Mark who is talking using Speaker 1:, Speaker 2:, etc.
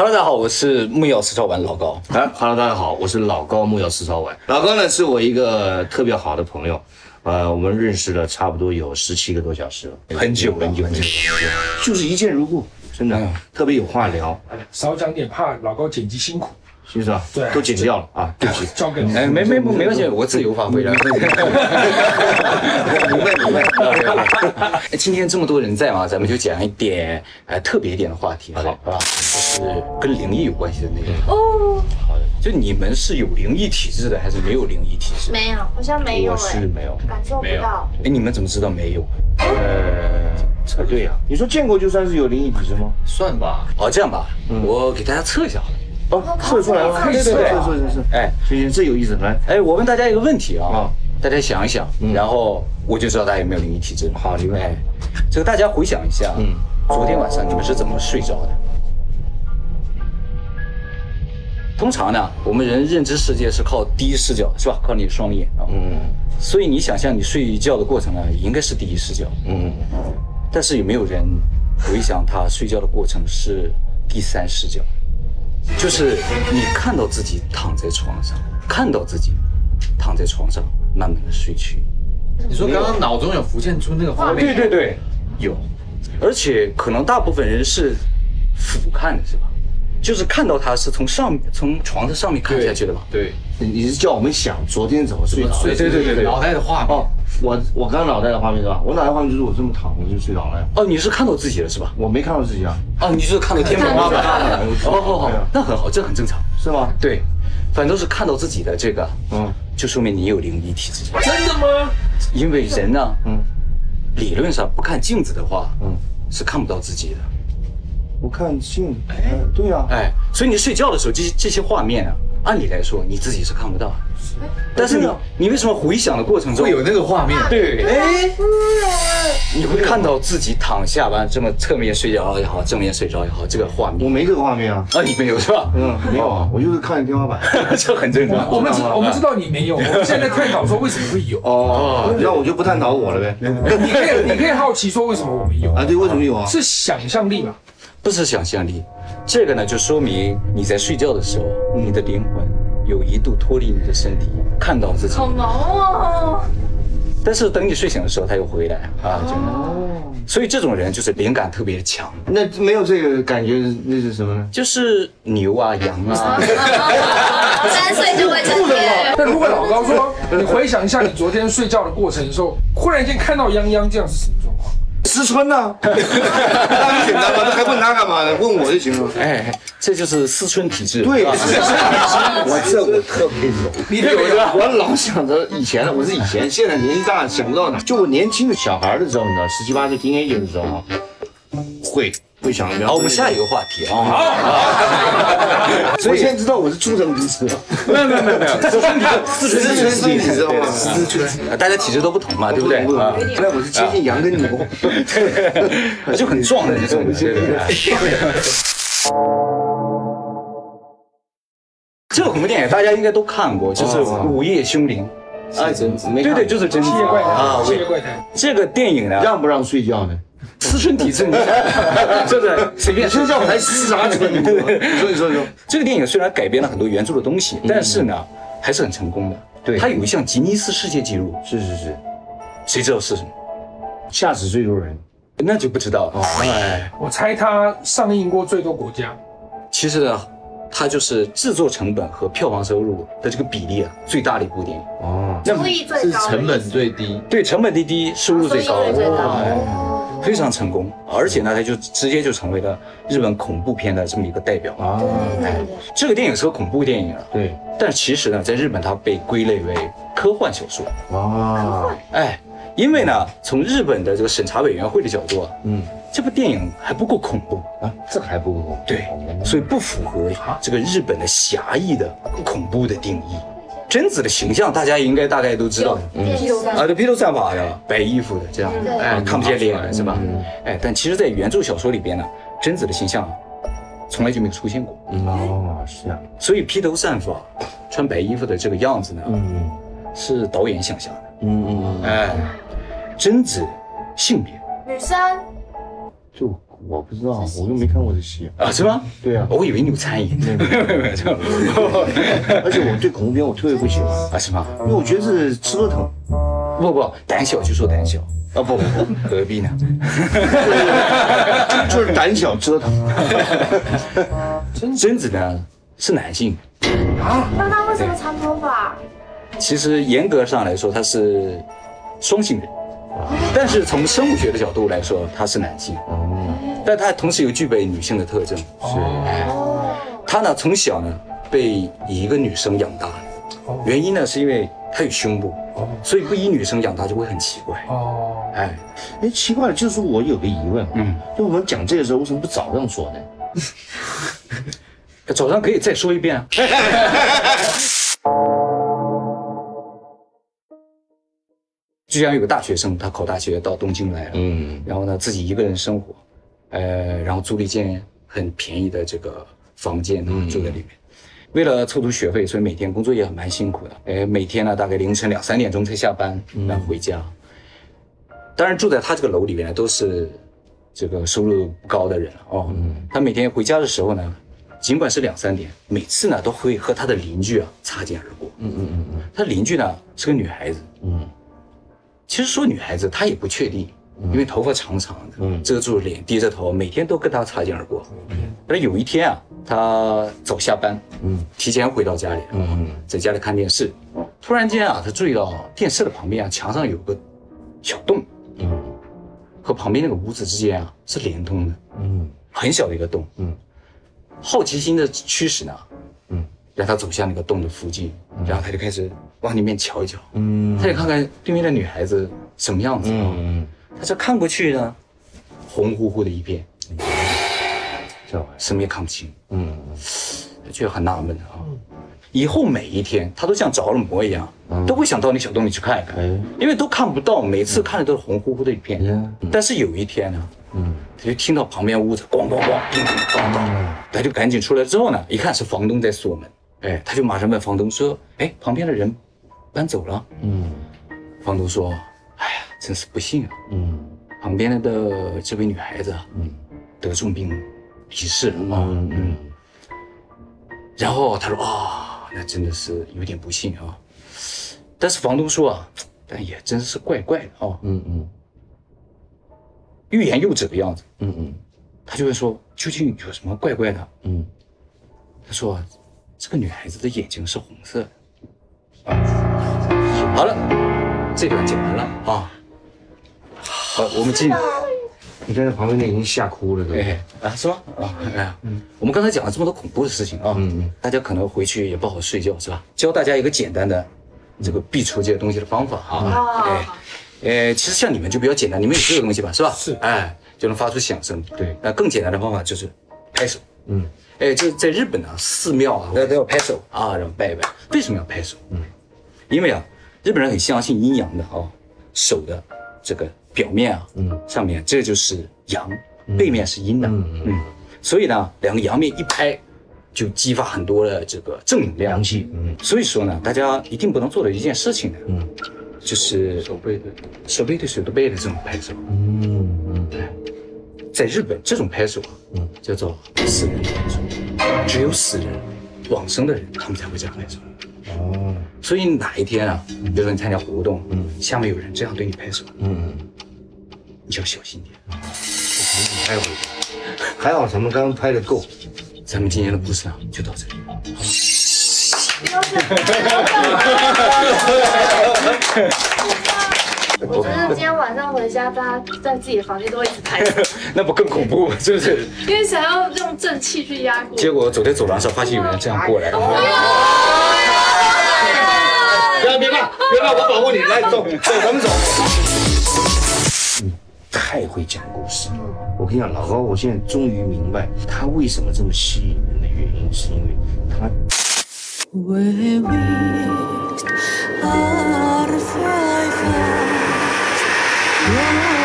Speaker 1: Hello，大家好，我是木曜四超玩老高。
Speaker 2: 哎哈喽，大家好，我是老高木曜四少伟。老高呢是我一个特别好的朋友，呃，我们认识了差不多有十七个多小时了，
Speaker 1: 很久了
Speaker 2: 很久
Speaker 1: 很
Speaker 2: 很
Speaker 1: 久
Speaker 2: 久，就是一见如故，真的、特别有话聊，
Speaker 3: 少讲点，怕老高剪辑辛苦。
Speaker 2: 是不是啊？
Speaker 3: 对
Speaker 2: 都剪掉了啊，对不起。
Speaker 3: 交给你，
Speaker 1: 哎，没没没没关系，我自由发 挥的。
Speaker 2: 明白 明白。
Speaker 1: 哎今天这么多人在嘛，咱们就讲一点呃特别一点的话题，好
Speaker 2: 的
Speaker 1: 好吧？就是跟灵异有关系的内容。哦，好的。就你们是有灵异体质的，还是没有灵异体质？
Speaker 4: 没有，好像没有
Speaker 2: 我
Speaker 4: 哎、
Speaker 2: 是没有，
Speaker 4: 感受不到。
Speaker 1: 哎，你们怎么知道没有？
Speaker 2: 呃，这对呀、你说见过就算是有灵异体质吗？
Speaker 5: 算吧，
Speaker 1: 好，哦这样吧，嗯我给大家测一下好了。
Speaker 2: 哦，测出来了，
Speaker 4: 可以
Speaker 2: 对
Speaker 4: 测
Speaker 2: 对对，
Speaker 4: 啊
Speaker 2: 测测测，
Speaker 1: 哎
Speaker 2: 行行，这有意思，来，
Speaker 1: 哎，我问大家一个问题啊
Speaker 2: 啊，嗯
Speaker 1: 大家想一想，然后我就知道大家有没有灵异体质了。
Speaker 2: 好，明白
Speaker 1: 哎。，这个大家回想一下，嗯，昨天晚上你们是怎么睡着的？通常呢，我们人认知世界是靠第一视角，是吧？靠你的双眼啊，
Speaker 2: 嗯
Speaker 1: 所以你想象你睡觉的过程呢，应该是第一视角。
Speaker 2: 嗯，
Speaker 1: 但是有没有人回想他睡觉的过程是第三视角？就是你看到自己躺在床上，看到自己躺在床上慢慢的睡去。
Speaker 5: 你说刚刚脑中有浮现出那个画面，
Speaker 1: 对对，有，而且可能大部分人是俯瞰的，是吧？就是看到他是从上从床的上面看下去的吧？
Speaker 5: 对，
Speaker 2: 你你是叫我们想昨天怎么睡着的？
Speaker 5: 对对对对对，脑袋的画面。
Speaker 2: 哦，我我刚刚脑袋的画面是吧？我脑袋画面就是我这么躺，我就睡着了呀。
Speaker 1: 哦，你是看到自己了是吧？
Speaker 2: 我没看到自己啊，
Speaker 1: 哦，你就是看到天花板了。
Speaker 2: 看到
Speaker 1: 哦，好好
Speaker 2: 对啊，
Speaker 1: 那很好，这很正常。
Speaker 2: 是吗？
Speaker 1: 对，反正是看到自己的这个，
Speaker 2: 嗯
Speaker 1: 就说明你有灵异体质。真的吗？因为人呢，
Speaker 2: 嗯，
Speaker 1: 理论上不看镜子的话，嗯
Speaker 2: 嗯，
Speaker 1: 是看不到自己的。
Speaker 2: 我看镜，哎，对啊，
Speaker 1: 哎，所以你睡觉的时候，这些这些画面啊，按理来说你自己是看不到的，但是你你为什么回想的过程中
Speaker 5: 会有那个画面，
Speaker 1: 对，哎，你会看到自己躺下完这么侧面睡着也好，正面睡着也好，这个画
Speaker 2: 我
Speaker 1: 面
Speaker 2: 没这个画面啊。
Speaker 1: 啊，你没有是吧？
Speaker 2: 嗯，没有啊，我就是看着天花板。
Speaker 1: 这很正常。
Speaker 3: 我们知我们知道你没有，我们现在探讨说为什么会有，
Speaker 2: 哦，那我就不探讨我了呗。
Speaker 3: 你可以你可以好奇说为什么我们有，
Speaker 2: 啊，对，为什么有啊？
Speaker 3: 是想象力吧？
Speaker 1: 不是想象力，这个呢就说明你在睡觉的时候，你的灵魂有一度脱离你的身体，看到自己，
Speaker 4: 好萌哦！
Speaker 1: 但是等你睡醒的时候，他又回来啊，就所以这种人就是灵感特别强，
Speaker 2: 那没有这个感觉，那是什么呢？
Speaker 1: 就是牛啊、羊啊，
Speaker 4: 三岁就会成年，
Speaker 3: 但如果老高说，你回想一下你昨天睡觉的过程的时候，忽然间看到泱泱这样是什么状况？
Speaker 2: 思春呐，那很简单嘛，那还问他干嘛呢？问我就行了。
Speaker 1: 哎，这就是思春体质。
Speaker 2: 对，
Speaker 1: 啊
Speaker 2: 我这我特别懂，你有的，我老想着以前的，我是以前，现在年纪大了想不到的，就我年轻的小孩的时候，你知道，十七八岁听 A 的时候啊，会会想着。
Speaker 1: 好，我们下一个话题啊，
Speaker 2: 我现在知道我是出生鼻子了，
Speaker 1: 没有没有没有没有，思春体思
Speaker 2: 思
Speaker 1: 春体质，
Speaker 2: 你知道吗？思春，
Speaker 1: 大家体质都不同嘛，对不对？
Speaker 2: 不懂
Speaker 1: 啊，
Speaker 2: 不懂，那我是接近羊跟牛。
Speaker 1: 就很壮的那种，对 不对？这个恐怖电影大家应该都看过，就是《午夜凶铃》。
Speaker 2: 哎，真哦没
Speaker 1: 对
Speaker 2: 看
Speaker 1: 对，就是真
Speaker 3: 七夜怪谈
Speaker 1: 啊！
Speaker 3: 七夜怪谈，
Speaker 1: 这个电影呢，
Speaker 2: 让不让睡觉呢？
Speaker 1: 思春体质，你 真 的随便
Speaker 2: 睡觉还思啥春？你 说你说你说，
Speaker 1: 这个电影虽然改编了很多原著的东西，但是呢，还是很成功的。
Speaker 2: 对
Speaker 1: 它有一项吉尼斯世界纪录，
Speaker 2: 是是是，
Speaker 1: 谁知道是什么？
Speaker 2: 吓死最多人。
Speaker 1: 那就不知道了。
Speaker 2: 哦
Speaker 1: 哎，
Speaker 3: 我猜他上映过最多国家，
Speaker 1: 其实呢，它就是制作成本和票房收入的这个比例啊，最大的一部电影。
Speaker 2: 哦，
Speaker 4: 厨艺最
Speaker 5: 是
Speaker 4: 高的
Speaker 5: 成本最低，
Speaker 1: 对，成本最低，收入最高
Speaker 4: 收益，最高
Speaker 2: 哎
Speaker 1: 哇非常成功。而且呢，它就直接就成为了日本恐怖片的这么一个代表。
Speaker 2: 啊，
Speaker 4: 对对
Speaker 1: 这个电影是个恐怖电影啊，
Speaker 2: 对，
Speaker 1: 但其实呢，在日本它被归类为科幻小说。
Speaker 2: 哇，
Speaker 1: 哎，因为呢，从日本的这个审查委员会的角度啊，
Speaker 2: 嗯
Speaker 1: 这部电影还不够恐怖，
Speaker 2: 啊，这还不够。
Speaker 1: 对，所以不符合这个日本的狭义的恐怖的定义。贞子的形象大家应该大概都知道，
Speaker 4: 对，第六
Speaker 1: 啊，对，披头散发的，白衣服的这样，
Speaker 4: 对
Speaker 1: 哎，看不见脸是吧？哎，但其实，在原著小说里边呢，贞子的形象啊从来就没有出现过，
Speaker 2: 哦，是啊，
Speaker 1: 所以披头散发、穿白衣服的这个样子呢，
Speaker 2: 嗯
Speaker 1: 是导演想象的。
Speaker 2: 嗯嗯，
Speaker 1: 哎，贞子性别
Speaker 4: 女生
Speaker 2: 就我不知道，我又没看过这戏。
Speaker 1: 啊，是吗？
Speaker 2: 对啊
Speaker 1: 我以为你有参演，没有没有这样
Speaker 2: 而且我对恐怖片我特别不喜欢，
Speaker 1: 啊，是吗？
Speaker 2: 因为我觉得是折腾。
Speaker 1: 不不，胆小就说胆小，
Speaker 2: 啊不不不，
Speaker 1: 何必呢？
Speaker 2: 就就是胆小折腾。
Speaker 1: 贞子呢是男性，
Speaker 4: 那他为什么长头发？
Speaker 1: 其实严格上来说他是双性人，
Speaker 2: 啊
Speaker 1: 但是从生物学的角度来说他是男性，
Speaker 2: 哦
Speaker 1: 但他同时又具备女性的特征。哎
Speaker 4: 哦，
Speaker 1: 他呢从小呢被以一个女生养大，
Speaker 2: 哦
Speaker 1: 原因呢是因为他有胸部，所以不以女生养大就会很奇怪。
Speaker 3: 哦，
Speaker 1: 哎，
Speaker 2: 哎，奇怪，就是我有个疑问，嗯
Speaker 1: 嗯，
Speaker 2: 就我们讲这个时候为什么不早上说呢？
Speaker 1: 早上可以再说一遍啊。就像有个大学生，他考大学到东京来了，
Speaker 2: 嗯，
Speaker 1: 然后呢自己一个人生活，呃，然后租了一间很便宜的这个房间，住在里面。为了凑足学费，所以每天工作也很蛮辛苦的。哎，每天呢大概凌晨两三点钟才下班，然后回家。当然住在他这个楼里面呢，都是这个收入不高的人了哦。他每天回家的时候呢，尽管是两三点，每次呢都会和他的邻居啊擦肩而过。嗯嗯嗯。他邻居呢是个女孩子。嗯。其实说女孩子，他也不确定，因为头发长长的，遮住脸，低着头，每天都跟他擦肩而过。但是有一天啊，他早下班，嗯，提前回到家里，嗯，在家里看电视，突然间啊，他注意到电视的旁边啊，墙上有个小洞，
Speaker 2: 嗯
Speaker 1: 和旁边那个屋子之间啊是连通的，
Speaker 2: 嗯，
Speaker 1: 很小的一个洞，
Speaker 2: 嗯，
Speaker 1: 好奇心的驱使呢，
Speaker 2: 嗯，
Speaker 1: 让他走向那个洞的附近，然后他就开始往里面瞧一瞧，
Speaker 2: 嗯
Speaker 1: 他也看看对面的女孩子什么样子啊，
Speaker 2: 嗯，
Speaker 1: 他这看过去呢，红乎乎的一片，
Speaker 2: 这玩意儿，
Speaker 1: 什么也看不清，
Speaker 2: 嗯
Speaker 1: 他觉得很纳闷啊。以后每一天，他都像着了魔一样，都会想到那小洞里去看一看，
Speaker 2: 哎
Speaker 1: 因为都看不到，每次看的都是红乎乎的一片。
Speaker 2: 嗯
Speaker 1: 但是有一天呢，
Speaker 2: 嗯
Speaker 1: 他就听到旁边屋子咣咣咣、叮叮当当，他就赶紧出来之后呢，一看是房东在锁门，哎，他就马上问房东说：“哎，旁边的人搬走了。
Speaker 2: 嗯”
Speaker 1: 房东说：“哎呀，真是不幸啊，
Speaker 2: 嗯
Speaker 1: 旁边的这位女孩子啊
Speaker 2: 嗯
Speaker 1: 得重病离世了啊。
Speaker 2: 嗯嗯
Speaker 1: 嗯然后他说：“啊、那真的是有点不幸啊。”但是房东说啊，但也真是怪怪的啊，
Speaker 2: 嗯嗯
Speaker 1: 欲言又止的样子。
Speaker 2: 嗯
Speaker 1: 他就会说：“究竟有什么怪怪的？”
Speaker 2: 嗯
Speaker 1: 他说啊：“这个女孩子的眼睛是红色的。”啊，好了，这段讲完了啊。好，我们进。
Speaker 2: 你看这旁边那已经吓哭了都。
Speaker 1: 哎啊，是吗？啊，哎呀，我们刚才讲了这么多恐怖的事情啊，
Speaker 2: 嗯嗯
Speaker 1: 大家可能回去也不好睡觉，是吧？教大家一个简单的这个避除这些东西的方法啊，
Speaker 4: 嗯
Speaker 1: 哎，呃，其实像你们就比较简单，你们有这个东西吧，是吧？是，哎，就能发出响声。
Speaker 2: 对
Speaker 1: 那更简单的方法就是拍手。
Speaker 2: 嗯，
Speaker 1: 哎，就是在日本啊，寺庙啊，大家都要拍手啊，然后拜一拜。为什么要拍手？嗯，因为啊，日本人很相信阴阳的啊，手的这个表面啊，
Speaker 2: 嗯
Speaker 1: 嗯，上面这就是阳，背面是阴的，
Speaker 2: 嗯
Speaker 1: 嗯所以呢，两个阳面一拍，就激发很多的这个正能量
Speaker 2: 阳气，嗯
Speaker 1: 所以说呢，大家一定不能做的一件事情呢，
Speaker 2: 嗯
Speaker 1: 就是
Speaker 5: 手背对，
Speaker 1: 手背对手背的这种拍手。
Speaker 2: 嗯
Speaker 1: 在日本，这种拍手啊，
Speaker 2: 嗯
Speaker 1: 叫做死人的拍手，只有死人、往生的人，他们才会这样拍手。
Speaker 2: 嗯哦
Speaker 1: 所以哪一天啊，比如说你参加活动，下面有人这样对你拍手，
Speaker 2: 嗯，
Speaker 1: 你就要小心点。
Speaker 2: 还有还好咱们刚刚拍的够，
Speaker 1: 咱们今天的故事呢，啊就到这里。
Speaker 4: 我觉得今天晚上回家，大家在自己的房间都会一直拍手，
Speaker 1: 那不更恐怖吗？是不是？
Speaker 4: 因为想要用正气去压过。哦
Speaker 1: 结果走在走廊上，发现有人这样过来，哎
Speaker 2: 不要别怕，别怕，我保护你，来走走，咱们走。太会讲故事了，我跟你讲，老高，我现在终于明白他为什么这么吸引人的原因，是因为他
Speaker 6: Weary are far, far,